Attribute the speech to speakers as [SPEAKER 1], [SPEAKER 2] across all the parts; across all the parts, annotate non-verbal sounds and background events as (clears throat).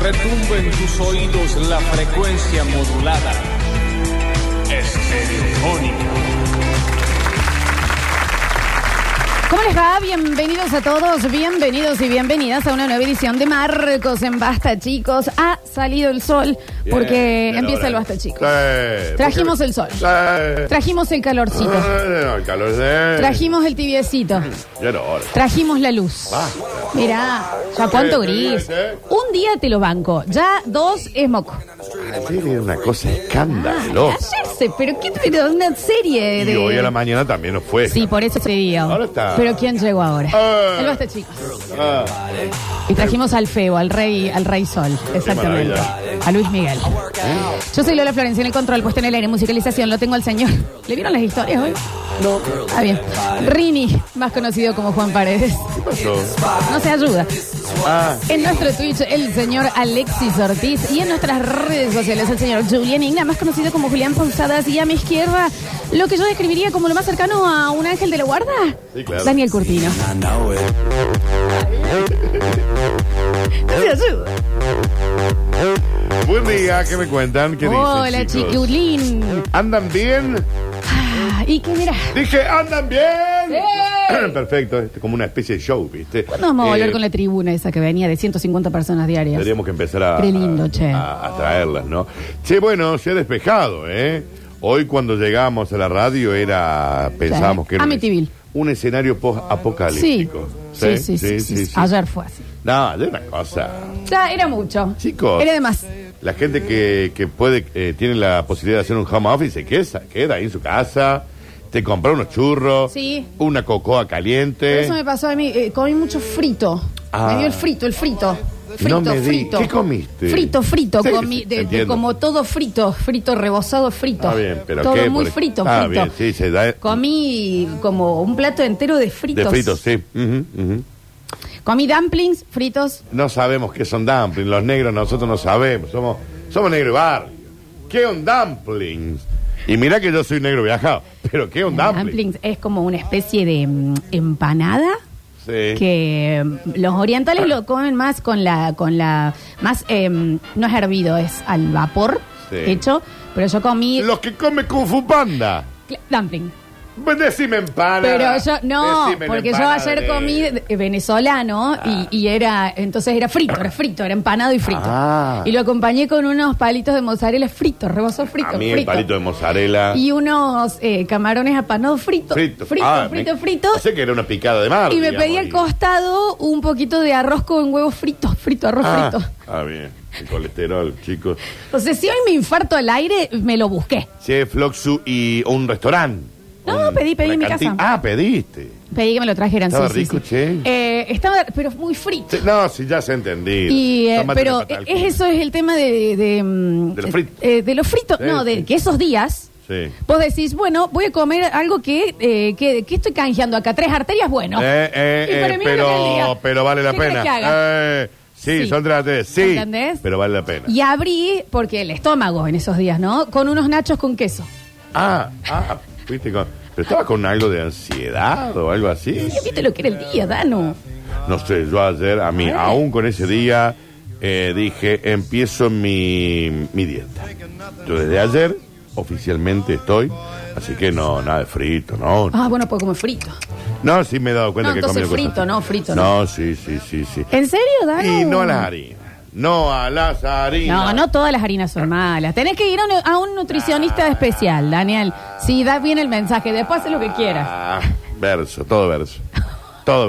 [SPEAKER 1] retumbe en tus oídos la frecuencia modulada. Estereofónica.
[SPEAKER 2] ¿Cómo les va? Bienvenidos a todos, bienvenidos y bienvenidas a una nueva edición de Marcos en Basta, chicos. Ha salido el sol
[SPEAKER 3] Bien,
[SPEAKER 2] porque
[SPEAKER 3] bien,
[SPEAKER 2] Eh, empieza
[SPEAKER 3] ahora.
[SPEAKER 2] el Basta, chicos.
[SPEAKER 3] Sí,
[SPEAKER 2] Trajimos
[SPEAKER 3] porque-
[SPEAKER 2] el sol.
[SPEAKER 3] Sí.
[SPEAKER 2] Trajimos el calorcito,
[SPEAKER 3] Ah, el calor de.
[SPEAKER 2] trajimos el tibiecito,
[SPEAKER 3] Ya no, ahora.
[SPEAKER 2] trajimos la luz.
[SPEAKER 3] Basta.
[SPEAKER 2] Mirá, ya cuánto
[SPEAKER 3] Sí, sí,
[SPEAKER 2] gris.
[SPEAKER 3] sí.
[SPEAKER 2] Un día te lo banco, ya dos es moco.
[SPEAKER 3] Ayer era una cosa
[SPEAKER 2] Ah,
[SPEAKER 3] escandalosa.
[SPEAKER 2] ayer se- pero qué, pero una serie de...
[SPEAKER 3] Y hoy a la mañana también nos fue.
[SPEAKER 2] Sí, por eso se dio.
[SPEAKER 3] Ahora está.
[SPEAKER 2] Pero ¿quién llegó ahora?
[SPEAKER 3] Ah.
[SPEAKER 2] El Basta, chicos.
[SPEAKER 3] Ah,
[SPEAKER 2] Y trajimos al Febo, al Rey, al Rey Sol, exactamente.
[SPEAKER 3] maravilla.
[SPEAKER 2] A Luis Miguel. Yo soy Lola Florencia en el control, puesto en el aire, musicalización, lo tengo al señor. (laughs) ¿Le vieron las historias hoy? No. Ah, bien. Rini, más conocido como Juan Paredes.
[SPEAKER 3] ¿Qué pasó?
[SPEAKER 2] No se ayuda.
[SPEAKER 3] Ah,
[SPEAKER 2] En nuestro Twitch, el señor Alexis Ortiz. Y en nuestras redes sociales, el señor Julián Igna, más conocido como Julián Pausadas. Y a mi izquierda, lo que yo describiría como lo más cercano a un ángel de la guarda,
[SPEAKER 3] Sí, claro.
[SPEAKER 2] Daniel Curtino. No se ayuda.
[SPEAKER 3] buen día, ¿qué me cuentan? ¿Qué dicen?
[SPEAKER 2] Hola,
[SPEAKER 3] chicos?
[SPEAKER 2] chiquilín.
[SPEAKER 3] ¿Andan bien?
[SPEAKER 2] Ah, ¿Y qué mira?
[SPEAKER 3] Dije, ¿andan bien?
[SPEAKER 2] Sí.
[SPEAKER 3] (clears throat) Perfecto, es como una especie de show, ¿viste?
[SPEAKER 2] ¿Cuándo vamos a volver
[SPEAKER 3] Eh,
[SPEAKER 2] con la tribuna esa que venía de 150 personas diarias?
[SPEAKER 3] Tendríamos que empezar a,
[SPEAKER 2] Qué lindo,
[SPEAKER 3] a-
[SPEAKER 2] che.
[SPEAKER 3] a- a traerlas, ¿no? Che, bueno, se ha despejado, ¿eh? Hoy cuando llegamos a la radio era, pensábamos que era un-
[SPEAKER 2] Amityville.
[SPEAKER 3] un escenario
[SPEAKER 2] Sí.
[SPEAKER 3] post-apocalíptico.
[SPEAKER 2] Sí, sí, sí, sí, sí. Ayer fue así.
[SPEAKER 3] No, de una cosa.
[SPEAKER 2] Ya era mucho.
[SPEAKER 3] Chicos.
[SPEAKER 2] Era de más.
[SPEAKER 3] La gente que, que puede, eh, tiene la posibilidad de hacer un home office, se queda, queda ahí en su casa, te compra unos churros,
[SPEAKER 2] Sí.
[SPEAKER 3] una cocoa
[SPEAKER 2] Pero
[SPEAKER 3] caliente.
[SPEAKER 2] Eso me pasó a mí. eh, comí mucho frito.
[SPEAKER 3] Ah.
[SPEAKER 2] Me dio el frito, el frito. Frito,
[SPEAKER 3] No me di-
[SPEAKER 2] frito.
[SPEAKER 3] ¿Qué comiste?
[SPEAKER 2] Frito, frito.
[SPEAKER 3] Sí,
[SPEAKER 2] comí
[SPEAKER 3] sí,
[SPEAKER 2] de- de-
[SPEAKER 3] entiendo.
[SPEAKER 2] como todo frito, frito, rebozado, frito.
[SPEAKER 3] Ah, bien, pero
[SPEAKER 2] todo
[SPEAKER 3] qué,
[SPEAKER 2] muy
[SPEAKER 3] por-
[SPEAKER 2] frito,
[SPEAKER 3] Ah,
[SPEAKER 2] frito.
[SPEAKER 3] bien, sí, se da-
[SPEAKER 2] Comí como un plato entero de fritos.
[SPEAKER 3] De fritos, sí. Ujú, ujú.
[SPEAKER 2] Comí dumplings, fritos.
[SPEAKER 3] No sabemos qué son dumplings. Los negros nosotros no sabemos. Somos, somos negro y barrio. ¿Qué son dumplings? Y mira que yo soy negro viajado. Pero ¿qué son dumplings?
[SPEAKER 2] Dumplings es como una especie de mm, empanada.
[SPEAKER 3] Sí.
[SPEAKER 2] que mm, los orientales lo comen más con la con la más em, no es hervido es al vapor
[SPEAKER 3] Sí.
[SPEAKER 2] hecho pero yo comí
[SPEAKER 3] Los que comen Kung Fu Panda.
[SPEAKER 2] cl- dumpling
[SPEAKER 3] Pues Decime empanada.
[SPEAKER 2] pero yo no
[SPEAKER 3] ah, Decime
[SPEAKER 2] porque yo
[SPEAKER 3] empanada
[SPEAKER 2] ayer
[SPEAKER 3] de-
[SPEAKER 2] comí de- venezolano y, y era entonces era frito era frito era empanado y frito
[SPEAKER 3] Ah.
[SPEAKER 2] y lo acompañé con unos palitos de mozzarella frito rebozó frito
[SPEAKER 3] A mí el
[SPEAKER 2] frito.
[SPEAKER 3] palito de mozzarella.
[SPEAKER 2] y unos eh, camarones apanados fritos frito frito
[SPEAKER 3] Ah,
[SPEAKER 2] frito,
[SPEAKER 3] me-
[SPEAKER 2] frito.
[SPEAKER 3] O sea que era una picada de mar.
[SPEAKER 2] Y me
[SPEAKER 3] digamos,
[SPEAKER 2] pedí al
[SPEAKER 3] y-
[SPEAKER 2] costado un poquito de arroz con huevos fritos, frito, arroz
[SPEAKER 3] Ah,
[SPEAKER 2] frito.
[SPEAKER 3] ah, bien. El colesterol, chicos.
[SPEAKER 2] Entonces, si hoy me infarto al aire, me lo busqué.
[SPEAKER 3] Che, Floxu y un restaurante.
[SPEAKER 2] No,
[SPEAKER 3] Un-
[SPEAKER 2] pedí, pedí
[SPEAKER 3] una
[SPEAKER 2] en mi casa.
[SPEAKER 3] cantina. Ah, pediste.
[SPEAKER 2] Pedí que me lo trajeran.
[SPEAKER 3] Estaba
[SPEAKER 2] sí, sí,
[SPEAKER 3] rico,
[SPEAKER 2] sí.
[SPEAKER 3] che.
[SPEAKER 2] Eh, estaba, pero muy frito.
[SPEAKER 3] Sí, No, sí, ya se ha entendido.
[SPEAKER 2] Y, eh,
[SPEAKER 3] Tómate
[SPEAKER 2] pero
[SPEAKER 3] una pata al
[SPEAKER 2] eh,
[SPEAKER 3] culo.
[SPEAKER 2] eso es el tema de... De, mm,
[SPEAKER 3] De los fritos.
[SPEAKER 2] eh, de los fritos,
[SPEAKER 3] Sí,
[SPEAKER 2] no, de
[SPEAKER 3] sí.
[SPEAKER 2] que esos días...
[SPEAKER 3] Sí.
[SPEAKER 2] Vos decís, bueno, voy a comer algo que, eh, que, que estoy canjeando acá. Tres arterias, bueno.
[SPEAKER 3] Eh, eh,
[SPEAKER 2] Y
[SPEAKER 3] eh,
[SPEAKER 2] para mí no me
[SPEAKER 3] pero,
[SPEAKER 2] diga.
[SPEAKER 3] pero vale la
[SPEAKER 2] ¿Qué querés
[SPEAKER 3] pena.
[SPEAKER 2] que haga?
[SPEAKER 3] Eh, sí,
[SPEAKER 2] Sí.
[SPEAKER 3] son tres de- Sí,
[SPEAKER 2] ¿Entendés?
[SPEAKER 3] pero vale la pena.
[SPEAKER 2] Y abrí, porque el estómago en esos días, ¿no? Con unos nachos con queso.
[SPEAKER 3] Ah, ah, viste con... Pero estaba con algo de ansiedad o algo así.
[SPEAKER 2] Sí, ¿Viste lo que era el día, Danu?
[SPEAKER 3] No sé, yo ayer, a mí,
[SPEAKER 2] Ah.
[SPEAKER 3] aún con ese día, eh, dije, empiezo mi, mi dieta. Yo desde ayer, oficialmente estoy, así que no, nada de frito, no.
[SPEAKER 2] Ah, bueno, pues como frito.
[SPEAKER 3] No, sí me he dado cuenta
[SPEAKER 2] No,
[SPEAKER 3] que
[SPEAKER 2] entonces
[SPEAKER 3] comí cosas-
[SPEAKER 2] frito, no, frito, no.
[SPEAKER 3] No, sí, sí, sí, sí.
[SPEAKER 2] ¿En serio, Danu?
[SPEAKER 3] Y no a las harinas. No a las harinas.
[SPEAKER 2] No, no todas las harinas son malas. Tenés que ir a un, a un nutricionista especial, Daniel. Sí, da bien el mensaje, después haz lo que quieras.
[SPEAKER 3] Ah, verso, todo verso. Todo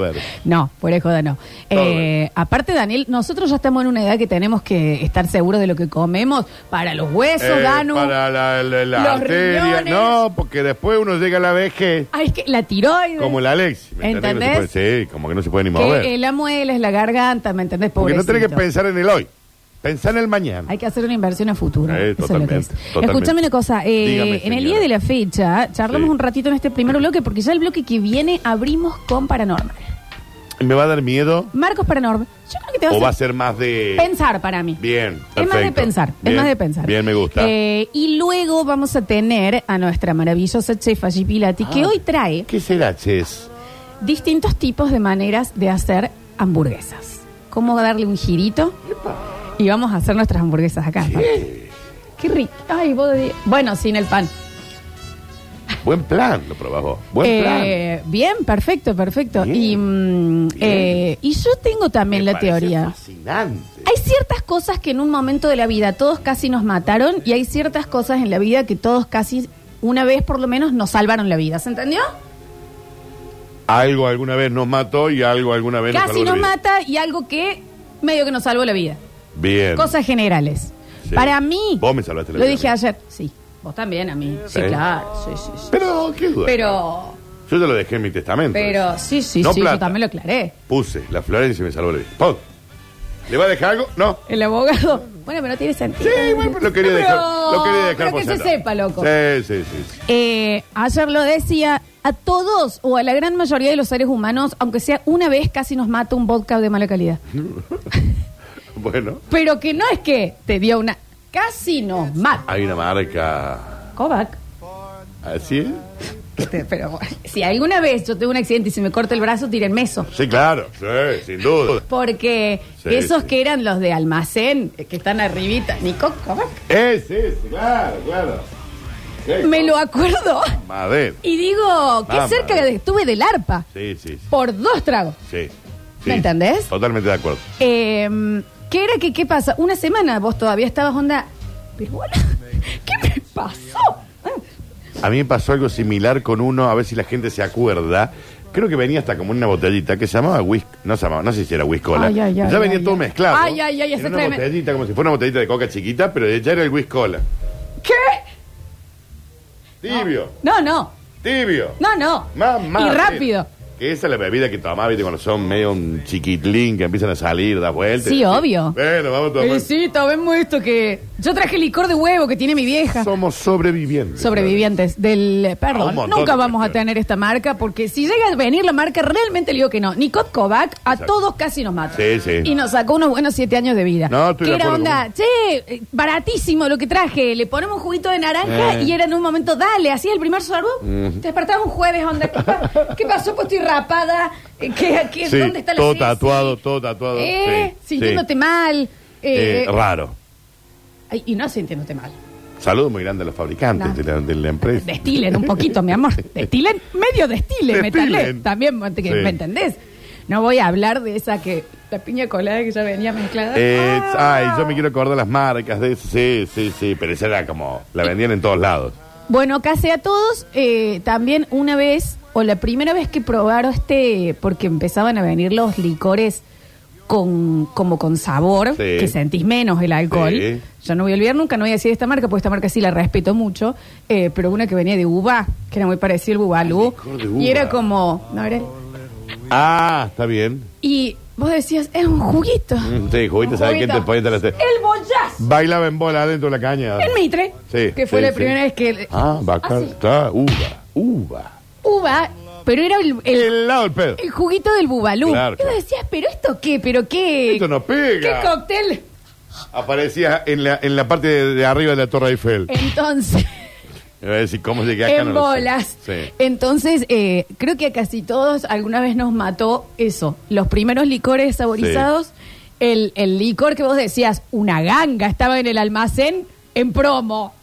[SPEAKER 2] (laughs)
[SPEAKER 3] verso.
[SPEAKER 2] No, por eso no.
[SPEAKER 3] Todo
[SPEAKER 2] Eh, aparte, Daniel, nosotros ya estamos en una edad que tenemos que estar seguros de lo que comemos para los huesos,
[SPEAKER 3] Eh,
[SPEAKER 2] Danu.
[SPEAKER 3] para la, la- la
[SPEAKER 2] los
[SPEAKER 3] arteria.
[SPEAKER 2] riñones.
[SPEAKER 3] No, porque después uno llega a la vejez
[SPEAKER 2] Ay, es que la tiroides.
[SPEAKER 3] como el Alex. ¿me
[SPEAKER 2] ¿Entendés?
[SPEAKER 3] No se puede- sí, como que no se puede ni mover.
[SPEAKER 2] que eh, la muela es la garganta, ¿me entendés?
[SPEAKER 3] porque no tenés que
[SPEAKER 2] Pobrecito.
[SPEAKER 3] pensar en el hoy. Pensar en el mañana.
[SPEAKER 2] Hay que hacer una inversión a futuro.
[SPEAKER 3] Eh,
[SPEAKER 2] Eso es lo que es.
[SPEAKER 3] totalmente, totalmente.
[SPEAKER 2] Escúchame una cosa. eh,
[SPEAKER 3] Dígame,
[SPEAKER 2] en el
[SPEAKER 3] señora.
[SPEAKER 2] día de la fecha, charlamos
[SPEAKER 3] Sí.
[SPEAKER 2] un ratito en este primer bloque, porque ya el bloque que viene abrimos con Paranormal.
[SPEAKER 3] ¿Me va a dar miedo
[SPEAKER 2] Marcos Paranormal. Yo creo que te
[SPEAKER 3] o va a
[SPEAKER 2] vas a
[SPEAKER 3] ser más de.
[SPEAKER 2] pensar para mí.
[SPEAKER 3] Bien,
[SPEAKER 2] Es más de
[SPEAKER 3] perfecto.
[SPEAKER 2] pensar, es
[SPEAKER 3] Bien,
[SPEAKER 2] más de pensar.
[SPEAKER 3] bien, me gusta.
[SPEAKER 2] Eh, y luego vamos a tener a nuestra maravillosa chefa Gipilati, que
[SPEAKER 3] Ah.
[SPEAKER 2] hoy trae
[SPEAKER 3] ¿Qué será, Ches?
[SPEAKER 2] distintos tipos de maneras de hacer hamburguesas. Cómo darle un girito, Y vamos a hacer nuestras hamburguesas acá.
[SPEAKER 3] Sí.
[SPEAKER 2] Qué rico. Ay, vos de- Bueno, sin el pan.
[SPEAKER 3] Buen plan, lo probás vos. Buen
[SPEAKER 2] Eh, bien, perfecto, perfecto.
[SPEAKER 3] Bien.
[SPEAKER 2] Y, mm,
[SPEAKER 3] Bien.
[SPEAKER 2] eh, y yo tengo
[SPEAKER 3] plan.
[SPEAKER 2] también la
[SPEAKER 3] Me parece
[SPEAKER 2] teoría.
[SPEAKER 3] Fascinante.
[SPEAKER 2] Hay ciertas cosas que en un momento de la vida todos casi nos mataron y hay ciertas cosas en la vida que todos casi una vez por lo menos nos salvaron la vida, ¿se entendió?
[SPEAKER 3] Algo alguna vez nos mató y algo alguna vez
[SPEAKER 2] casi
[SPEAKER 3] salvó la
[SPEAKER 2] nos
[SPEAKER 3] vida.
[SPEAKER 2] mata y algo que medio que nos salvó la vida.
[SPEAKER 3] Bien.
[SPEAKER 2] Cosas generales.
[SPEAKER 3] Sí.
[SPEAKER 2] Para mí,
[SPEAKER 3] Vos me salvaste la
[SPEAKER 2] lo
[SPEAKER 3] vida
[SPEAKER 2] dije
[SPEAKER 3] a mí.
[SPEAKER 2] ayer, sí, vos también a mí, sí,
[SPEAKER 3] Sí.
[SPEAKER 2] claro, sí, sí, sí.
[SPEAKER 3] Pero, qué duda.
[SPEAKER 2] Pero,
[SPEAKER 3] Yo te lo dejé en mi testamento.
[SPEAKER 2] pero,
[SPEAKER 3] eso.
[SPEAKER 2] sí, sí,
[SPEAKER 3] No
[SPEAKER 2] sí, yo
[SPEAKER 3] plata.
[SPEAKER 2] también lo aclaré.
[SPEAKER 3] Puse la Florencia y me salvó la vida. Pon. ¿Le va a dejar algo? No.
[SPEAKER 2] El abogado. Bueno, pero tiene sentido.
[SPEAKER 3] Sí, bueno, pero lo quería
[SPEAKER 2] Pero-
[SPEAKER 3] dejar. Lo quería dejar
[SPEAKER 2] pero que se
[SPEAKER 3] sentado.
[SPEAKER 2] sepa, loco.
[SPEAKER 3] Sí, sí, sí. sí.
[SPEAKER 2] Eh, ayer lo decía, a todos o a la gran mayoría de los seres humanos, aunque sea una vez, casi nos mata un vodka de mala calidad.
[SPEAKER 3] Bueno,
[SPEAKER 2] Pero que no es que te dio una. Casi nos mata.
[SPEAKER 3] hay una marca.
[SPEAKER 2] Kovac.
[SPEAKER 3] ¿Así es?
[SPEAKER 2] que te- Pero bueno, si alguna vez yo tengo un accidente y se me corta el brazo, tírenme eso.
[SPEAKER 3] Sí, claro. Sí, sin duda.
[SPEAKER 2] Porque
[SPEAKER 3] Sí,
[SPEAKER 2] esos
[SPEAKER 3] sí.
[SPEAKER 2] que eran los de almacén, eh, que están arribita, Nico Kovac,
[SPEAKER 3] Es, es, Eh, claro, claro. Sí.
[SPEAKER 2] me lo acuerdo.
[SPEAKER 3] Madera.
[SPEAKER 2] Y digo, qué
[SPEAKER 3] Mamá.
[SPEAKER 2] cerca de- estuve del arpa.
[SPEAKER 3] Sí, sí, sí.
[SPEAKER 2] Por dos tragos.
[SPEAKER 3] sí, sí.
[SPEAKER 2] ¿Me entendés?
[SPEAKER 3] Totalmente de acuerdo.
[SPEAKER 2] Eh, ¿Qué era que qué pasa? Una semana vos todavía estabas onda. Pero bueno, (laughs) ¿qué me pasó? Ah,
[SPEAKER 3] A mí me pasó algo similar con uno, a ver si la gente se acuerda. Creo que venía hasta como una botellita que se llamaba whisk, no se llamaba, no sé si era whiskola.
[SPEAKER 2] Ay, ay,
[SPEAKER 3] ya
[SPEAKER 2] ay,
[SPEAKER 3] venía
[SPEAKER 2] ay,
[SPEAKER 3] todo
[SPEAKER 2] ay.
[SPEAKER 3] mezclado.
[SPEAKER 2] Ay, ay, ay, ese
[SPEAKER 3] Era una
[SPEAKER 2] tremendo.
[SPEAKER 3] botellita como si fuera una botellita de coca chiquita, pero ya era el whiskola.
[SPEAKER 2] ¿Qué?
[SPEAKER 3] Tibio,
[SPEAKER 2] No, no,
[SPEAKER 3] tibio.
[SPEAKER 2] no, no.
[SPEAKER 3] Mamá.
[SPEAKER 2] Y rápido.
[SPEAKER 3] Que esa es la bebida que tomaba, viste, cuando son medio un chiquitlín que empiezan a salir, da vueltas.
[SPEAKER 2] Sí, obvio.
[SPEAKER 3] Bueno, vamos a tomar.
[SPEAKER 2] Eh, sí, tomemos esto que. Yo traje licor de huevo que tiene mi vieja.
[SPEAKER 3] Somos sobrevivientes.
[SPEAKER 2] Sobrevivientes del. eh,
[SPEAKER 3] A
[SPEAKER 2] Perdón,
[SPEAKER 3] un montón
[SPEAKER 2] nunca
[SPEAKER 3] de
[SPEAKER 2] vamos a
[SPEAKER 3] cuestiones.
[SPEAKER 2] tener esta marca porque si llega a venir la marca, realmente le digo que no. Nicot Kovac a
[SPEAKER 3] Exacto.
[SPEAKER 2] todos casi nos mata.
[SPEAKER 3] Sí, sí.
[SPEAKER 2] Y nos sacó unos buenos siete años de vida.
[SPEAKER 3] No, estoy
[SPEAKER 2] que
[SPEAKER 3] de
[SPEAKER 2] era
[SPEAKER 3] acuerdo
[SPEAKER 2] onda, che, eh, baratísimo lo que traje. Le ponemos un juguito de naranja
[SPEAKER 3] Eh.
[SPEAKER 2] y era en un momento, dale, hacía el primer sorbo. Te despertabas un jueves, onda. ¿Qué, pa- qué pasó? Pues estoy rapada. eh, ¿Qué, qué-
[SPEAKER 3] Sí,
[SPEAKER 2] ¿Dónde está la
[SPEAKER 3] todo
[SPEAKER 2] sexy?
[SPEAKER 3] tatuado, todo tatuado.
[SPEAKER 2] Eh,
[SPEAKER 3] Sí,
[SPEAKER 2] sintiéndote
[SPEAKER 3] sí.
[SPEAKER 2] mal. eh,
[SPEAKER 3] Eh, raro.
[SPEAKER 2] ay, y no sintiéndote mal.
[SPEAKER 3] Saludos muy grande a los fabricantes
[SPEAKER 2] No.
[SPEAKER 3] de, la, de la empresa.
[SPEAKER 2] Destilen un poquito, mi amor. Destilen, medio destilen,
[SPEAKER 3] Destilen.
[SPEAKER 2] metale. También, ¿me ent- que-
[SPEAKER 3] Sí.
[SPEAKER 2] ¿me entendés? No voy a hablar de esa que. La piña colada que ya venía mezclada.
[SPEAKER 3] Eh,
[SPEAKER 2] Ah.
[SPEAKER 3] ay, yo me quiero acordar las marcas de eso. Sí, sí, sí. Pero esa era como. La vendían en todos lados.
[SPEAKER 2] Bueno, casi a todos, eh, también una vez, o la primera vez que probaron este, porque empezaban a venir los licores con como con sabor,
[SPEAKER 3] Sí.
[SPEAKER 2] que sentís menos el alcohol.
[SPEAKER 3] Sí.
[SPEAKER 2] Yo no voy a olvidar nunca, no voy a decir esta marca, porque esta marca sí la respeto mucho, eh, pero una que venía de uva, que era muy parecido al bubalú,
[SPEAKER 3] Licor de uva.
[SPEAKER 2] y era como, no era,
[SPEAKER 3] Ah, está bien.
[SPEAKER 2] y vos decías, es un juguito.
[SPEAKER 3] Mm, Sí, juguito, ¿sabes quién te ponía entre las te-
[SPEAKER 2] El bollazo.
[SPEAKER 3] Bailaba en bola adentro de la caña.
[SPEAKER 2] El Mitre,
[SPEAKER 3] Sí.
[SPEAKER 2] que fue
[SPEAKER 3] sí,
[SPEAKER 2] la
[SPEAKER 3] sí.
[SPEAKER 2] primera vez que...
[SPEAKER 3] Ah, bacán.
[SPEAKER 2] Así,
[SPEAKER 3] Está, uva. Uva.
[SPEAKER 2] uva, pero era el- el
[SPEAKER 3] El lado del pedo.
[SPEAKER 2] El juguito del bubalú.
[SPEAKER 3] Claro,
[SPEAKER 2] Y vos
[SPEAKER 3] claro.
[SPEAKER 2] decías, ¿pero esto qué? ¿Pero qué?
[SPEAKER 3] Esto no pega.
[SPEAKER 2] ¿Qué cóctel?
[SPEAKER 3] Aparecía en la, en la parte de, de arriba de la Torre Eiffel.
[SPEAKER 2] Entonces,
[SPEAKER 3] Me voy a decir, ¿cómo llegué acá?
[SPEAKER 2] Eh. en
[SPEAKER 3] No lo sé.
[SPEAKER 2] bolas.
[SPEAKER 3] Sí.
[SPEAKER 2] Entonces, eh, creo que a casi todos alguna vez nos mató eso. Los primeros licores saborizados, el, el licor que vos decías, una ganga, estaba en el almacén en promo.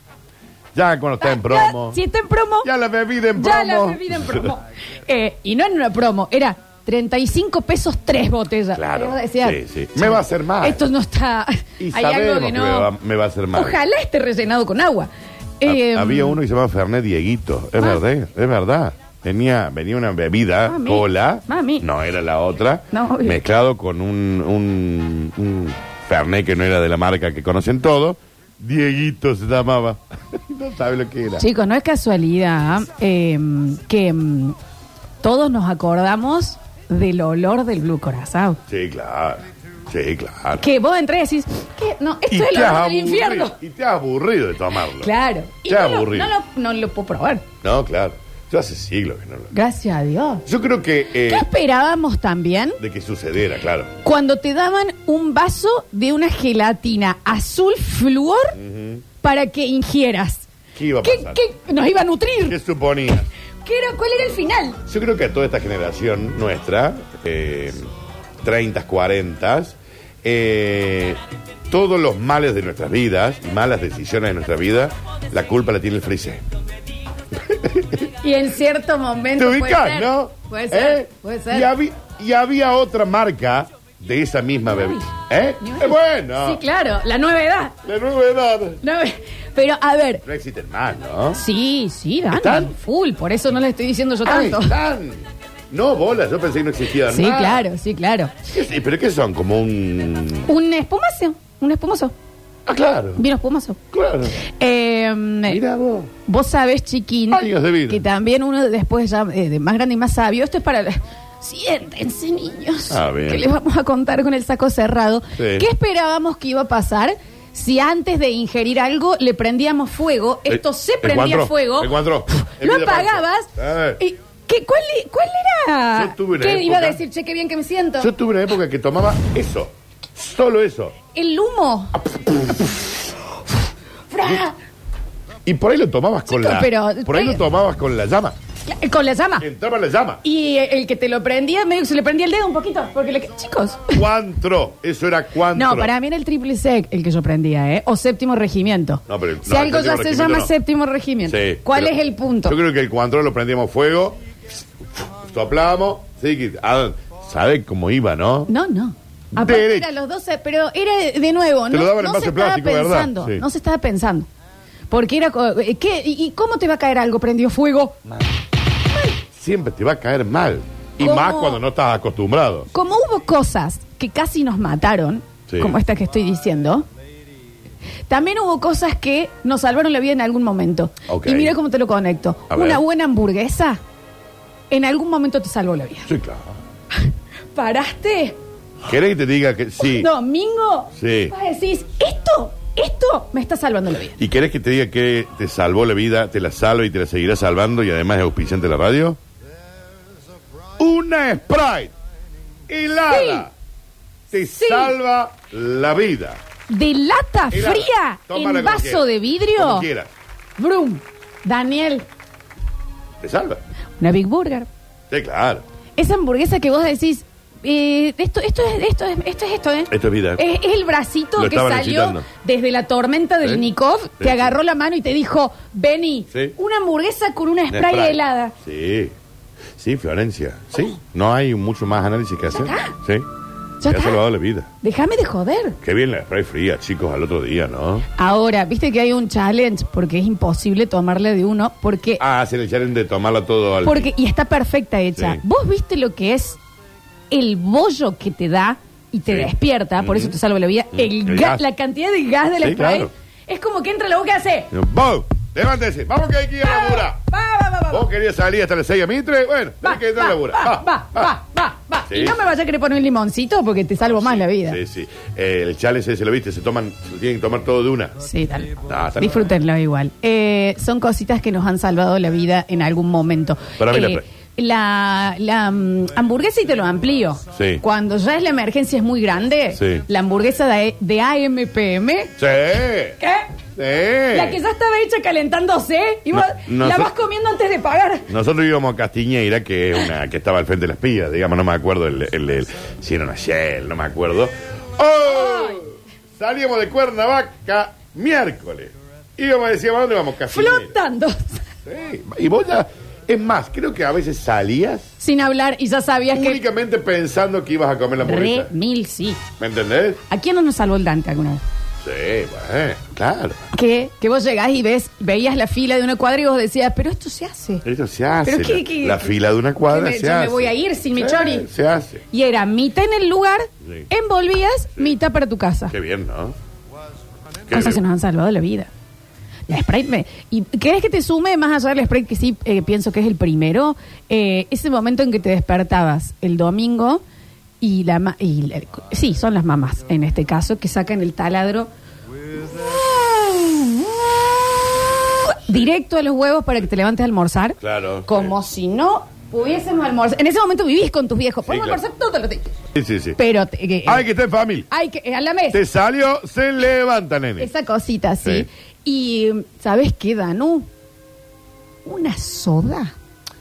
[SPEAKER 3] Ya cuando está en
[SPEAKER 2] Ah,
[SPEAKER 3] promo.
[SPEAKER 2] Si está en promo.
[SPEAKER 3] Ya la bebida en
[SPEAKER 2] Ya la
[SPEAKER 3] promo. (laughs)
[SPEAKER 2] bebida en promo. Eh, y no en una promo, era 35 pesos tres botellas.
[SPEAKER 3] Claro,
[SPEAKER 2] Y vos decías,
[SPEAKER 3] sí, sí. Me va a hacer mal.
[SPEAKER 2] Esto no está.
[SPEAKER 3] Y
[SPEAKER 2] hay algo
[SPEAKER 3] sabemos
[SPEAKER 2] que
[SPEAKER 3] que
[SPEAKER 2] no.
[SPEAKER 3] me va- me va a hacer mal.
[SPEAKER 2] Ojalá esté rellenado con agua.
[SPEAKER 3] Ha-
[SPEAKER 2] Eh, Ah.
[SPEAKER 3] había uno que se llamaba Fernet Dieguito. Es verdad, es verdad. Tenía, venía una bebida,
[SPEAKER 2] Mami,
[SPEAKER 3] cola.
[SPEAKER 2] Ah, mami.
[SPEAKER 3] No era la otra.
[SPEAKER 2] No, obvio.
[SPEAKER 3] mezclado con un, un, un Fernet que no era de la marca que conocen todos. Dieguito se llamaba. (laughs) no sabe lo que era.
[SPEAKER 2] Chicos, no es casualidad eh, que mm, todos nos acordamos del olor del Blue Corazón.
[SPEAKER 3] Sí, claro. Sí, claro.
[SPEAKER 2] Que vos entrás y decís, ¿qué? No, esto
[SPEAKER 3] Y
[SPEAKER 2] es el
[SPEAKER 3] te,
[SPEAKER 2] olor
[SPEAKER 3] has
[SPEAKER 2] del
[SPEAKER 3] aburrido,
[SPEAKER 2] infierno.
[SPEAKER 3] y te has aburrido de tomarlo.
[SPEAKER 2] Claro. Y
[SPEAKER 3] Te
[SPEAKER 2] no
[SPEAKER 3] has
[SPEAKER 2] lo,
[SPEAKER 3] aburrido.
[SPEAKER 2] no lo- no lo puedo probar.
[SPEAKER 3] No, claro. Yo hace siglos que no lo.
[SPEAKER 2] Gracias a Dios.
[SPEAKER 3] Yo creo que. eh,
[SPEAKER 2] ¿Qué esperábamos también?
[SPEAKER 3] de que sucediera, claro.
[SPEAKER 2] Cuando te daban un vaso de una gelatina azul flúor para que ingieras.
[SPEAKER 3] ¿Qué iba a
[SPEAKER 2] ¿Qué,
[SPEAKER 3] pasar?
[SPEAKER 2] qué nos iba a nutrir?
[SPEAKER 3] ¿Qué suponía?
[SPEAKER 2] ¿Qué era, ¿Cuál era el final?
[SPEAKER 3] Yo creo que a toda esta generación nuestra, eh, 30, 40, eh, todos los males de nuestras vidas y malas decisiones de nuestra vida, la culpa la tiene el freezer.
[SPEAKER 2] Y en cierto momento.
[SPEAKER 3] Te
[SPEAKER 2] puede
[SPEAKER 3] ubicas,
[SPEAKER 2] ser,
[SPEAKER 3] ¿no?
[SPEAKER 2] Puede ser,
[SPEAKER 3] ¿Eh?
[SPEAKER 2] puede ser.
[SPEAKER 3] Y, habí- y había otra marca de esa misma bebida. ¿Eh?
[SPEAKER 2] Ni
[SPEAKER 3] Es
[SPEAKER 2] una-
[SPEAKER 3] bueno.
[SPEAKER 2] Sí, claro, la novedad.
[SPEAKER 3] La nueva edad.
[SPEAKER 2] Nove- Pero a ver.
[SPEAKER 3] No existen más, ¿no?
[SPEAKER 2] Sí, sí, Dani.
[SPEAKER 3] ¿Están?
[SPEAKER 2] Full, por eso no le estoy diciendo yo
[SPEAKER 3] Ay,
[SPEAKER 2] tanto.
[SPEAKER 3] están. No, bolas, yo pensé que no existían
[SPEAKER 2] (laughs) Sí,
[SPEAKER 3] más.
[SPEAKER 2] claro, sí, claro.
[SPEAKER 3] ¿Qué- sí, ¿Pero qué son? Como un...
[SPEAKER 2] Un espumazo, un espumoso,
[SPEAKER 3] Ah, claro.
[SPEAKER 2] vino espumoso.
[SPEAKER 3] Claro.
[SPEAKER 2] Eh,
[SPEAKER 3] Mira vos.
[SPEAKER 2] Vos sabés, chiquín,
[SPEAKER 3] Años de vida.
[SPEAKER 2] que también uno después ya eh, de más grande y más sabio, esto es para... la- Siéntense, niños,
[SPEAKER 3] Ah, bien.
[SPEAKER 2] que les vamos a contar con el saco cerrado.
[SPEAKER 3] Sí.
[SPEAKER 2] ¿Qué esperábamos que iba a pasar si antes de ingerir algo le prendíamos fuego? Esto
[SPEAKER 3] Eh,
[SPEAKER 2] se
[SPEAKER 3] el
[SPEAKER 2] prendía
[SPEAKER 3] cuatro,
[SPEAKER 2] fuego.
[SPEAKER 3] el cuatro. El
[SPEAKER 2] Lo
[SPEAKER 3] vida falsa.
[SPEAKER 2] apagabas.
[SPEAKER 3] Eh.
[SPEAKER 2] y ¿qué, cuál, i- ¿Cuál era?
[SPEAKER 3] Yo tuve una
[SPEAKER 2] ¿Qué iba a
[SPEAKER 3] época-
[SPEAKER 2] decir? Che, qué bien que me siento.
[SPEAKER 3] Yo tuve una época que tomaba eso. Solo eso.
[SPEAKER 2] El humo.
[SPEAKER 3] Ah,
[SPEAKER 2] Fra-
[SPEAKER 3] Y por ahí lo tomabas con
[SPEAKER 2] Chicos,
[SPEAKER 3] la...
[SPEAKER 2] pero-
[SPEAKER 3] por ahí lo tomabas con la llama.
[SPEAKER 2] Con la llama.
[SPEAKER 3] Entraba la llama.
[SPEAKER 2] Y el que te lo prendía, medio que se le prendía el dedo un poquito. Porque le... Chicos.
[SPEAKER 3] Cuantro. Eso era cuantro.
[SPEAKER 2] No, para mí era el triple sec el que yo prendía, ¿eh? O séptimo regimiento.
[SPEAKER 3] No, pero el-
[SPEAKER 2] si
[SPEAKER 3] no, el
[SPEAKER 2] algo ya
[SPEAKER 3] séptimo
[SPEAKER 2] se
[SPEAKER 3] regimiento
[SPEAKER 2] llama
[SPEAKER 3] no.
[SPEAKER 2] séptimo regimiento.
[SPEAKER 3] Sí,
[SPEAKER 2] ¿Cuál
[SPEAKER 3] pero
[SPEAKER 2] es el punto?
[SPEAKER 3] Yo creo que el cuantro lo prendíamos fuego, soplábamos, sí, que- ah, ¿sabe cómo iba, no?
[SPEAKER 2] No, no. Aparte
[SPEAKER 3] Derecho.
[SPEAKER 2] era los 12, pero era de nuevo,
[SPEAKER 3] Te
[SPEAKER 2] no,
[SPEAKER 3] lo daban en
[SPEAKER 2] no
[SPEAKER 3] vaso
[SPEAKER 2] se
[SPEAKER 3] de plástico,
[SPEAKER 2] estaba
[SPEAKER 3] ¿verdad?
[SPEAKER 2] pensando,
[SPEAKER 3] Sí.
[SPEAKER 2] no se estaba pensando. Porque era co- eh, ¿qué? ¿Y, y cómo te va a caer algo? Prendió fuego.
[SPEAKER 3] Siempre te va a caer mal. Y
[SPEAKER 2] ¿Cómo?
[SPEAKER 3] más cuando no estás acostumbrado.
[SPEAKER 2] Como hubo cosas que casi nos mataron,
[SPEAKER 3] Sí.
[SPEAKER 2] como esta que estoy diciendo, también hubo cosas que nos salvaron la vida en algún momento.
[SPEAKER 3] Ok.
[SPEAKER 2] Y mira cómo te lo conecto.
[SPEAKER 3] A ver.
[SPEAKER 2] Una buena hamburguesa en algún momento te salvó la vida.
[SPEAKER 3] Sí, claro.
[SPEAKER 2] ¿Paraste?
[SPEAKER 3] ¿Querés que te diga que sí?
[SPEAKER 2] Un domingo.
[SPEAKER 3] Sí.
[SPEAKER 2] Vas a decir, esto, esto me está salvando la vida.
[SPEAKER 3] ¿Y querés que te diga que te salvó la vida, te la salva y te la seguirá salvando y además es auspiciante de la radio? Una Sprite helada te
[SPEAKER 2] Sí.
[SPEAKER 3] salva la vida.
[SPEAKER 2] De lata
[SPEAKER 3] Helada.
[SPEAKER 2] fría
[SPEAKER 3] Tómala
[SPEAKER 2] en
[SPEAKER 3] como
[SPEAKER 2] vaso
[SPEAKER 3] quieras.
[SPEAKER 2] de vidrio.
[SPEAKER 3] Como quieras.
[SPEAKER 2] Brum. Daniel,
[SPEAKER 3] Te salva.
[SPEAKER 2] una Big Burger.
[SPEAKER 3] Sí, claro.
[SPEAKER 2] Esa hamburguesa que vos decís, eh, esto, esto es esto, es, esto es esto, ¿eh?
[SPEAKER 3] Esto es vida.
[SPEAKER 2] Es, es el bracito
[SPEAKER 3] Lo
[SPEAKER 2] que
[SPEAKER 3] estaban
[SPEAKER 2] salió
[SPEAKER 3] necesitando.
[SPEAKER 2] desde la tormenta del
[SPEAKER 3] Sí.
[SPEAKER 2] Nikov,
[SPEAKER 3] Sí,
[SPEAKER 2] te
[SPEAKER 3] sí.
[SPEAKER 2] agarró la mano y te dijo, vení,
[SPEAKER 3] Sí.
[SPEAKER 2] una hamburguesa con una
[SPEAKER 3] Una
[SPEAKER 2] spray, helada.
[SPEAKER 3] Sí. Sí, Florencia. Sí. No hay mucho más análisis que hacer.
[SPEAKER 2] está.
[SPEAKER 3] Sí.
[SPEAKER 2] Ya
[SPEAKER 3] Te ha
[SPEAKER 2] está.
[SPEAKER 3] salvado la vida.
[SPEAKER 2] Déjame de joder.
[SPEAKER 3] Qué bien la spray fría, chicos, al otro día, ¿no?
[SPEAKER 2] Ahora, viste que hay un challenge porque es imposible tomarle de uno porque
[SPEAKER 3] Ah, hacen el challenge de tomarla todo al.
[SPEAKER 2] porque y está perfecta hecha.
[SPEAKER 3] Sí.
[SPEAKER 2] Vos viste lo que es el bollo que te da y te
[SPEAKER 3] Sí.
[SPEAKER 2] despierta, por eso
[SPEAKER 3] Ujú.
[SPEAKER 2] te salva la vida,
[SPEAKER 3] Mm,
[SPEAKER 2] el
[SPEAKER 3] el
[SPEAKER 2] ga-
[SPEAKER 3] gas.
[SPEAKER 2] la cantidad de gas del
[SPEAKER 3] Sí,
[SPEAKER 2] spray.
[SPEAKER 3] claro.
[SPEAKER 2] Es como que entra la boca y hace
[SPEAKER 3] ¡Vos! ¡Levántese! ¡Vamos que hay que ir a laburar!
[SPEAKER 2] va, va, va, va,
[SPEAKER 3] ¿Vos querías salir hasta las 6 a Mitre? Bueno, tenés
[SPEAKER 2] va,
[SPEAKER 3] que entrar a
[SPEAKER 2] va,
[SPEAKER 3] laburar. Ah,
[SPEAKER 2] va, va, va, va, va.
[SPEAKER 3] Sí.
[SPEAKER 2] Y no me vayas a querer poner un limoncito porque te salvo más la vida.
[SPEAKER 3] Sí,
[SPEAKER 2] Sí,
[SPEAKER 3] sí. Eh, el challenge ese, ¿lo viste? Se toman, se lo tienen que tomar todo de una.
[SPEAKER 2] dale.
[SPEAKER 3] Ah, está bien.
[SPEAKER 2] Disfrútenlo igual. Eh, son cositas que nos han salvado la vida en algún momento.
[SPEAKER 3] Para mí la
[SPEAKER 2] Eh,
[SPEAKER 3] pre-
[SPEAKER 2] la, la, mm, hamburguesa y te lo amplío.
[SPEAKER 3] Sí.
[SPEAKER 2] Cuando ya es la emergencia es muy grande,
[SPEAKER 3] Sí.
[SPEAKER 2] la hamburguesa de, de AMPM,
[SPEAKER 3] ¡Sí!
[SPEAKER 2] ¿qué?
[SPEAKER 3] ¡Sí!
[SPEAKER 2] La que ya estaba hecha calentándose y
[SPEAKER 3] No-
[SPEAKER 2] vos
[SPEAKER 3] no
[SPEAKER 2] la
[SPEAKER 3] sé-
[SPEAKER 2] vas comiendo antes de pagar.
[SPEAKER 3] Nosotros íbamos a Castiñeira, que es una que estaba al frente de las pillas, digamos, no me acuerdo el, el- el- si era una Shell, no me acuerdo. ¡Oh! Salíamos de Cuernavaca miércoles. Íbamos a decir, ¿a dónde vamos? Castiñeira.
[SPEAKER 2] Flotando.
[SPEAKER 3] Sí. Y vos ya, es más, creo que a veces salías
[SPEAKER 2] Sin hablar y ya sabías que
[SPEAKER 3] únicamente pensando que ibas a comer la hamburguesa.
[SPEAKER 2] Re mil sí.
[SPEAKER 3] ¿Me entendés?
[SPEAKER 2] ¿A quién no nos salvó el Dante alguna vez?
[SPEAKER 3] Sí, bueno, claro.
[SPEAKER 2] Que, que vos llegás y ves, veías la fila de una cuadra y vos decías, pero esto se hace.
[SPEAKER 3] Eso se hace.
[SPEAKER 2] Pero qué-
[SPEAKER 3] la,
[SPEAKER 2] qué-
[SPEAKER 3] la fila de una cuadra
[SPEAKER 2] que me-
[SPEAKER 3] se
[SPEAKER 2] yo me
[SPEAKER 3] hace.
[SPEAKER 2] voy a ir sin mi
[SPEAKER 3] Sí,
[SPEAKER 2] chori.
[SPEAKER 3] Se hace.
[SPEAKER 2] Y era mitad en el lugar,
[SPEAKER 3] Sí.
[SPEAKER 2] envolvías, mitad para tu casa.
[SPEAKER 3] Qué bien, ¿no? Qué
[SPEAKER 2] Cosas
[SPEAKER 3] bien.
[SPEAKER 2] que nos han salvado la vida. La Sprite me- ¿Y crees que te sume más allá del Sprite que sí eh, pienso que es el primero? Eh, ese momento en que te despertabas el domingo y la, ma- y la- Sí, son las mamás en este caso que sacan el taladro directo a los huevos para que te levantes a almorzar.
[SPEAKER 3] Claro,
[SPEAKER 2] Como si no pudiésemos almorzar. En ese momento vivís con tus viejos. Podemos
[SPEAKER 3] claro.
[SPEAKER 2] almorzar todos los días.
[SPEAKER 3] Sí, sí, sí.
[SPEAKER 2] Pero te- eh,
[SPEAKER 3] Hay que estar en familia.
[SPEAKER 2] hay que... eh, a la mesa.
[SPEAKER 3] Te salió, se levanta, nene.
[SPEAKER 2] Esa cosita, sí.
[SPEAKER 3] Sí.
[SPEAKER 2] Y, ¿sabes qué, Danu? Una soda.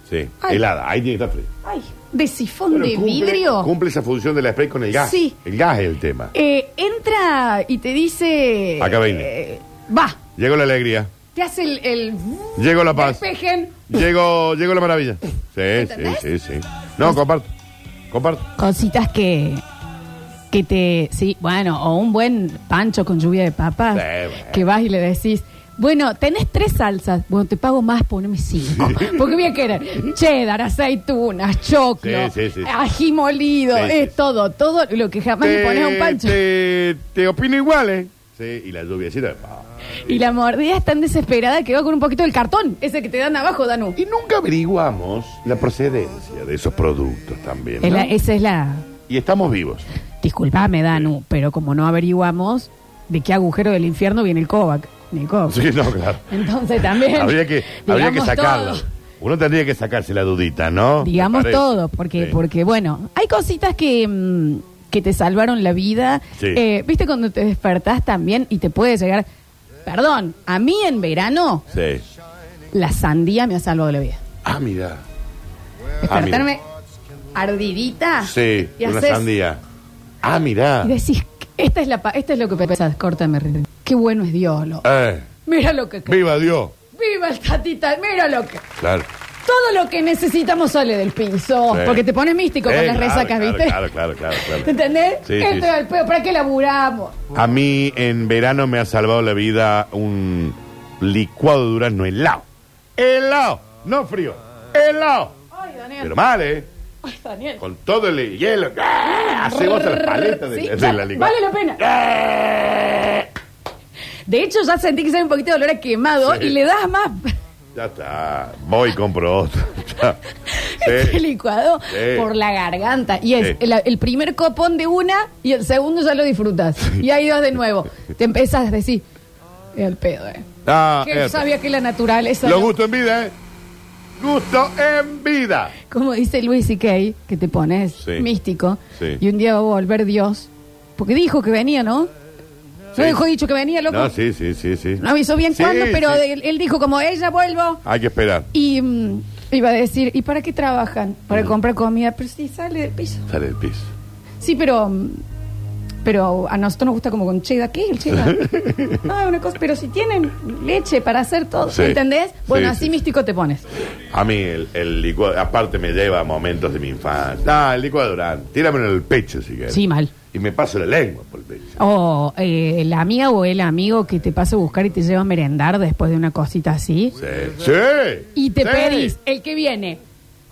[SPEAKER 3] Sí,
[SPEAKER 2] Ay.
[SPEAKER 3] helada. Ahí tiene que estar fría.
[SPEAKER 2] Ay, de sifón
[SPEAKER 3] Pero
[SPEAKER 2] de
[SPEAKER 3] cumple-
[SPEAKER 2] vidrio.
[SPEAKER 3] Cumple esa función del spray con el gas.
[SPEAKER 2] Sí.
[SPEAKER 3] El gas es el tema.
[SPEAKER 2] Eh, entra y te dice.
[SPEAKER 3] Acá viene.
[SPEAKER 2] eh, va.
[SPEAKER 3] Llegó la alegría.
[SPEAKER 2] Te hace el. el
[SPEAKER 3] Llegó la paz.
[SPEAKER 2] Despejen.
[SPEAKER 3] Llegó, llegó la maravilla. Sí, sí,
[SPEAKER 2] ¿Entendés?
[SPEAKER 3] sí, sí. No, comparto. Comparto.
[SPEAKER 2] Cositas que. Que te. Sí, bueno, o un buen pancho con lluvia de papas.
[SPEAKER 3] Sí, bueno.
[SPEAKER 2] Que vas y le decís. Bueno, tenés tres salsas. Bueno, te pago más, poneme cinco. (laughs) Porque voy a querer cheddar, aceitunas, choclo,
[SPEAKER 3] Sí, sí, sí.
[SPEAKER 2] ají molido,
[SPEAKER 3] Sí, sí,
[SPEAKER 2] es
[SPEAKER 3] sí.
[SPEAKER 2] todo, todo lo que jamás le pones a un pancho.
[SPEAKER 3] Te, te opino igual, ¿eh? Sí, y la lluviecita. pa.
[SPEAKER 2] Y la mordida es tan desesperada que va con un poquito del cartón, ese que te dan abajo, Danu.
[SPEAKER 3] Y nunca averiguamos la procedencia de esos productos también. ¿no?
[SPEAKER 2] Es la- esa es la.
[SPEAKER 3] Y estamos vivos.
[SPEAKER 2] Disculpame, Danu, pero como no averiguamos de qué agujero del infierno viene el Kovac. Ni el Kovac.
[SPEAKER 3] Sí, no, claro.
[SPEAKER 2] Entonces también.
[SPEAKER 3] habría que, habría que
[SPEAKER 2] digamos
[SPEAKER 3] sacarla.
[SPEAKER 2] todo.
[SPEAKER 3] Uno tendría que sacarse la dudita, ¿no?
[SPEAKER 2] Digamos
[SPEAKER 3] (laughs) Me parece.
[SPEAKER 2] todo, porque,
[SPEAKER 3] Sí.
[SPEAKER 2] porque bueno, hay cositas que, mm, que te salvaron la vida.
[SPEAKER 3] Sí.
[SPEAKER 2] Eh, Viste cuando te despertás también y te puede llegar. Perdón, a mí en verano
[SPEAKER 3] Sí.
[SPEAKER 2] la sandía me ha salvado la vida.
[SPEAKER 3] Ah, mira. Ah, mira.
[SPEAKER 2] Despertarme ardidita
[SPEAKER 3] Sí,
[SPEAKER 2] Ah. y
[SPEAKER 3] una
[SPEAKER 2] haces-
[SPEAKER 3] sandía. Ah, mira.
[SPEAKER 2] Y decís, esta es la pa- esta es lo que pensás, córtame, Rita. Qué bueno es Dios, loco.
[SPEAKER 3] Eh,
[SPEAKER 2] Mira lo que
[SPEAKER 3] ¡Viva Dios!
[SPEAKER 2] viva el tatita, mira lo que
[SPEAKER 3] Claro.
[SPEAKER 2] todo lo que necesitamos sale del piso,
[SPEAKER 3] Sí.
[SPEAKER 2] Oh, porque te pones místico
[SPEAKER 3] Eh,
[SPEAKER 2] con las
[SPEAKER 3] claro,
[SPEAKER 2] resacas,
[SPEAKER 3] claro,
[SPEAKER 2] ¿viste?
[SPEAKER 3] Claro, claro, claro. claro.
[SPEAKER 2] ¿Entendés?
[SPEAKER 3] Sí, sí,
[SPEAKER 2] Esto
[SPEAKER 3] sí.
[SPEAKER 2] es el pedo, ¿para qué laburamos?
[SPEAKER 3] A mí en verano me ha salvado la vida un licuado de durazno helado. Helado, no frío, helado.
[SPEAKER 2] Ay, Daniel.
[SPEAKER 3] Pero mal, ¿eh?
[SPEAKER 2] Ay, Daniel.
[SPEAKER 3] Con todo el hielo. ¡Ah! Hace vos la paleta de,
[SPEAKER 2] Sí,
[SPEAKER 3] de
[SPEAKER 2] va-
[SPEAKER 3] la licuada.
[SPEAKER 2] vale la pena.
[SPEAKER 3] ¡Ah!
[SPEAKER 2] De hecho, ya sentí que sale un poquito de olor a quemado
[SPEAKER 3] Sí.
[SPEAKER 2] y le das más
[SPEAKER 3] Ya está, voy y compro otro. (laughs) Ya.
[SPEAKER 2] (laughs) este
[SPEAKER 3] Sí.
[SPEAKER 2] licuado
[SPEAKER 3] Sí.
[SPEAKER 2] por la garganta. Y es
[SPEAKER 3] Sí.
[SPEAKER 2] el, el primer copón de una y el segundo ya lo disfrutas. Y ahí vas de nuevo. Te empezas a decir, el pedo, ¿eh?
[SPEAKER 3] Ah,
[SPEAKER 2] que
[SPEAKER 3] esto.
[SPEAKER 2] sabía que la naturaleza.
[SPEAKER 3] Lo
[SPEAKER 2] no-
[SPEAKER 3] gusto en vida, ¿eh? Gusto en vida.
[SPEAKER 2] Como dice Luis y Kay, que te pones
[SPEAKER 3] Sí.
[SPEAKER 2] místico.
[SPEAKER 3] Sí.
[SPEAKER 2] Y un día va a volver Dios. Porque dijo que venía, ¿no?
[SPEAKER 3] Sí.
[SPEAKER 2] No dejó dicho que venía, loco.
[SPEAKER 3] No,
[SPEAKER 2] No,
[SPEAKER 3] sí, sí, sí, sí.
[SPEAKER 2] avisó bien
[SPEAKER 3] Sí,
[SPEAKER 2] cuándo, pero
[SPEAKER 3] sí.
[SPEAKER 2] él, él dijo como, ella vuelvo.
[SPEAKER 3] Hay que esperar.
[SPEAKER 2] Y mm, iba a decir, ¿y para qué trabajan?
[SPEAKER 3] Mm.
[SPEAKER 2] Para comprar comida. Pero sí, sale del piso.
[SPEAKER 3] Sale el piso.
[SPEAKER 2] Sí, pero. mm, Pero a nosotros nos gusta como con cheddar. ¿Qué es el
[SPEAKER 3] (laughs)
[SPEAKER 2] cheddar? No, es una cosa. Pero si tienen leche para hacer todo,
[SPEAKER 3] Sí.
[SPEAKER 2] ¿entendés? Bueno,
[SPEAKER 3] Sí,
[SPEAKER 2] así
[SPEAKER 3] sí, sí.
[SPEAKER 2] místico te pones.
[SPEAKER 3] A mí el, el licuado, aparte me lleva a momentos de mi infancia. Ah, el licuado Durán, tíramelo en el pecho si quieres.
[SPEAKER 2] Sí, mal.
[SPEAKER 3] Y me paso la lengua por el pecho.
[SPEAKER 2] O eh, la amiga o el amigo que te pasa a buscar y te lleva a merendar después de una cosita así.
[SPEAKER 3] Sí. sí.
[SPEAKER 2] Y te
[SPEAKER 3] Sí.
[SPEAKER 2] pedís el que viene,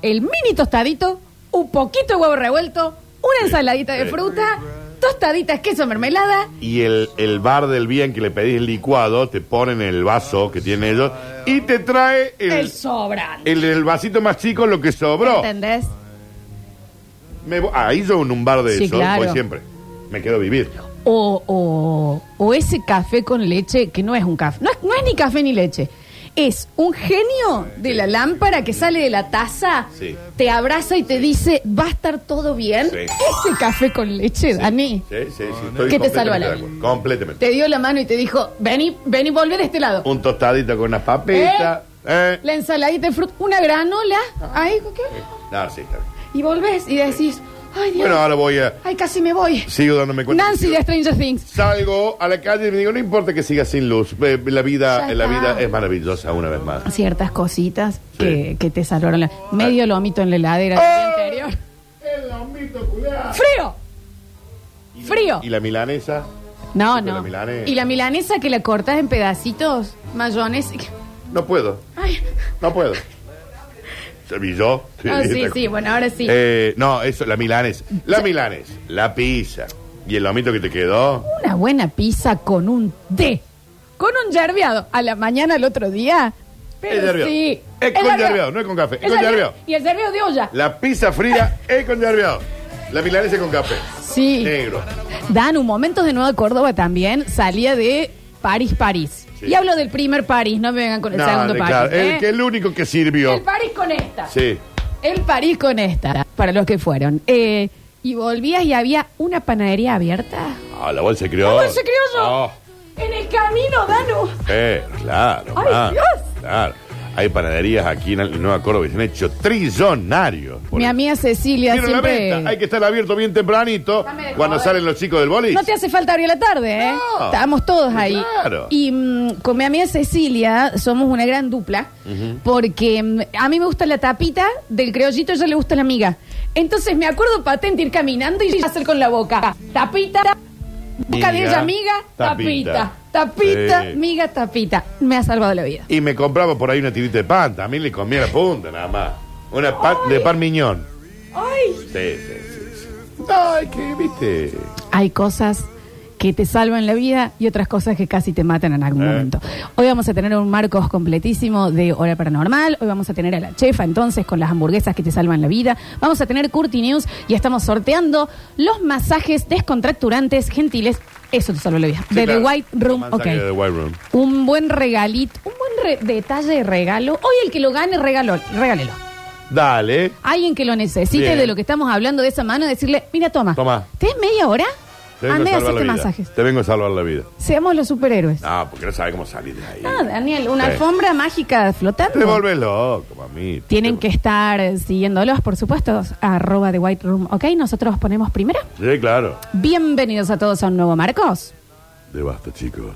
[SPEAKER 2] el mini tostadito, un poquito de huevo revuelto, una ensaladita de
[SPEAKER 3] Sí.
[SPEAKER 2] fruta, tostaditas, queso, mermelada.
[SPEAKER 3] Y el, el bar del bien que le pedís el licuado, te ponen el vaso que tienen ellos y te trae el,
[SPEAKER 2] El
[SPEAKER 3] el,
[SPEAKER 2] sobrante.
[SPEAKER 3] el vasito más chico, lo que sobró.
[SPEAKER 2] ¿Entendés?
[SPEAKER 3] Me vo- ahí yo en un bar de
[SPEAKER 2] Sí,
[SPEAKER 3] eso
[SPEAKER 2] claro.
[SPEAKER 3] voy siempre. Me quedo a vivir.
[SPEAKER 2] O, o, o ese café con leche que no es un café. No es, no es ni café ni leche. Es un genio de la lámpara que sale de la taza,
[SPEAKER 3] Sí.
[SPEAKER 2] te abraza y te dice, va a estar todo bien.
[SPEAKER 3] Sí.
[SPEAKER 2] Ese café con leche, Dani,
[SPEAKER 3] Sí, sí,
[SPEAKER 2] ¿Qué
[SPEAKER 3] sí. estoy
[SPEAKER 2] te
[SPEAKER 3] completamente
[SPEAKER 2] salva la
[SPEAKER 3] de
[SPEAKER 2] vida?
[SPEAKER 3] acuerdo, Completamente.
[SPEAKER 2] te dio la mano y te dijo, vení, vení, volver a este lado.
[SPEAKER 3] Un tostadito con unas papitas. ¿Eh?
[SPEAKER 2] La ensaladita de fruta, una granola, ahí, ¿qué?
[SPEAKER 3] No, Ah, sí, está bien.
[SPEAKER 2] y volvés y decís, ay Dios,
[SPEAKER 3] Bueno, ahora voy a.
[SPEAKER 2] ay casi me voy.
[SPEAKER 3] Sigo dándome cuenta.
[SPEAKER 2] Nancy
[SPEAKER 3] que sigo-
[SPEAKER 2] de Stranger Things.
[SPEAKER 3] Salgo a la calle y me digo, no importa que siga sin luz. eh, La vida,
[SPEAKER 2] Ya
[SPEAKER 3] la
[SPEAKER 2] está.
[SPEAKER 3] vida es maravillosa una vez más.
[SPEAKER 2] Ciertas cositas
[SPEAKER 3] Sí. ¡Oh!
[SPEAKER 2] que, que te salvaron la... Medio lomito en la heladera del día anterior. (laughs)
[SPEAKER 3] El lomito, culiao.
[SPEAKER 2] ¡Frío! ¡Frío!
[SPEAKER 3] ¿Y la milanesa?
[SPEAKER 2] No,
[SPEAKER 3] Y la
[SPEAKER 2] no.
[SPEAKER 3] milanesa.
[SPEAKER 2] Y la milanesa que la cortas en pedacitos, mayones.
[SPEAKER 3] No puedo,
[SPEAKER 2] Ay.
[SPEAKER 3] no puedo. ¿Se yo?
[SPEAKER 2] Ah, sí, sí, bueno, ahora sí.
[SPEAKER 3] Eh, no, eso, la milanesa. La milanesa, la pizza. ¿Y el lomito que te quedó?
[SPEAKER 2] Una buena pizza con un té. Con un yerbeado. A la mañana, al otro día.
[SPEAKER 3] Es
[SPEAKER 2] Pero
[SPEAKER 3] yerbeado.
[SPEAKER 2] sí.
[SPEAKER 3] Es con
[SPEAKER 2] yerbeado.
[SPEAKER 3] yerbeado, no es con café, es
[SPEAKER 2] Es
[SPEAKER 3] con
[SPEAKER 2] yerbeado.
[SPEAKER 3] yerbeado.
[SPEAKER 2] Y el yerbeado de olla.
[SPEAKER 3] La pizza fría es con yerbeado. La milanesa con café.
[SPEAKER 2] Sí.
[SPEAKER 3] Negro.
[SPEAKER 2] Dan un momento de Nueva Córdoba también. Salía de París, París.
[SPEAKER 3] Sí.
[SPEAKER 2] Y hablo del primer París, no me vengan con el
[SPEAKER 3] No,
[SPEAKER 2] segundo París.
[SPEAKER 3] claro,
[SPEAKER 2] ¿eh?
[SPEAKER 3] el, que el único que sirvió.
[SPEAKER 2] El París con esta.
[SPEAKER 3] Sí.
[SPEAKER 2] El París con esta, para los que fueron. Eh, y volvías y había una panadería abierta.
[SPEAKER 3] Ah, la bolsa crió.
[SPEAKER 2] ¡Cómo se
[SPEAKER 3] Oh.
[SPEAKER 2] criollo! En el camino, Danu.
[SPEAKER 3] Eh, claro,
[SPEAKER 2] ¡Ay,
[SPEAKER 3] claro,
[SPEAKER 2] Dios!
[SPEAKER 3] claro. Hay panaderías aquí en el Nueva Córdoba que se han hecho trillonarios. por
[SPEAKER 2] Mi
[SPEAKER 3] eso.
[SPEAKER 2] amiga Cecilia
[SPEAKER 3] Tienen la
[SPEAKER 2] siempre.
[SPEAKER 3] venta, Hay que estar abierto bien tempranito
[SPEAKER 2] Dame de
[SPEAKER 3] cuando
[SPEAKER 2] joder.
[SPEAKER 3] salen los chicos del bolis.
[SPEAKER 2] eh. No te hace falta abrir la tarde, ¿eh?
[SPEAKER 3] No.
[SPEAKER 2] Estamos todos ahí.
[SPEAKER 3] Claro.
[SPEAKER 2] Y mm, con mi amiga Cecilia somos una gran dupla, porque mm, a mí me gusta la tapita del creollito, a ella le gusta la miga. Entonces me acuerdo patente ir caminando y ella hacer con la boca. Tapita, boca de
[SPEAKER 3] Miga,
[SPEAKER 2] ella, miga, tapita.
[SPEAKER 3] tapita.
[SPEAKER 2] Tapita,
[SPEAKER 3] Sí.
[SPEAKER 2] miga, tapita. Me ha salvado la vida.
[SPEAKER 3] Y me compraba por ahí una tirita de pan. También le comía la punta nada más. Una pan- de pan miñón.
[SPEAKER 2] ¡Ay!
[SPEAKER 3] Sí, sí, sí, sí. Ay, que viste.
[SPEAKER 2] Hay cosas que te salvan la vida y otras cosas que casi te matan en algún
[SPEAKER 3] Eh.
[SPEAKER 2] momento. Hoy vamos a tener un marco completísimo de Hora Paranormal. Hoy vamos a tener a la chefa entonces con las hamburguesas que te salvan la vida. Vamos a tener Curti News y estamos sorteando los masajes descontracturantes gentiles. Eso te salva la vida.
[SPEAKER 3] Sí,
[SPEAKER 2] de
[SPEAKER 3] claro.
[SPEAKER 2] The White Room.
[SPEAKER 3] Los
[SPEAKER 2] Ok.
[SPEAKER 3] mensajes de The White Room.
[SPEAKER 2] Un buen regalito, un buen re- detalle de regalo. Hoy el que lo gane, regalo, regálelo.
[SPEAKER 3] Dale.
[SPEAKER 2] Alguien que lo necesite
[SPEAKER 3] Bien.
[SPEAKER 2] de lo que estamos hablando de esa mano, decirle, mira, toma.
[SPEAKER 3] Toma.
[SPEAKER 2] ¿Tenés media hora?
[SPEAKER 3] Te vengo
[SPEAKER 2] Andé
[SPEAKER 3] a
[SPEAKER 2] a
[SPEAKER 3] salvar la
[SPEAKER 2] hacerte
[SPEAKER 3] vida.
[SPEAKER 2] masajes.
[SPEAKER 3] Te vengo a salvar la vida.
[SPEAKER 2] Seamos los superhéroes.
[SPEAKER 3] No, Ah, porque no sabe cómo salir de ahí.
[SPEAKER 2] Ah, Daniel, una
[SPEAKER 3] Sí.
[SPEAKER 2] alfombra mágica flotando.
[SPEAKER 3] Te volvés loco, mamita.
[SPEAKER 2] Tienen que estar eh, siguiéndolos, por supuesto, arroba de White Room, ¿ok? Nosotros ponemos primero.
[SPEAKER 3] Sí, claro.
[SPEAKER 2] Bienvenidos a todos a un nuevo Marcos.
[SPEAKER 3] De basta, chicos.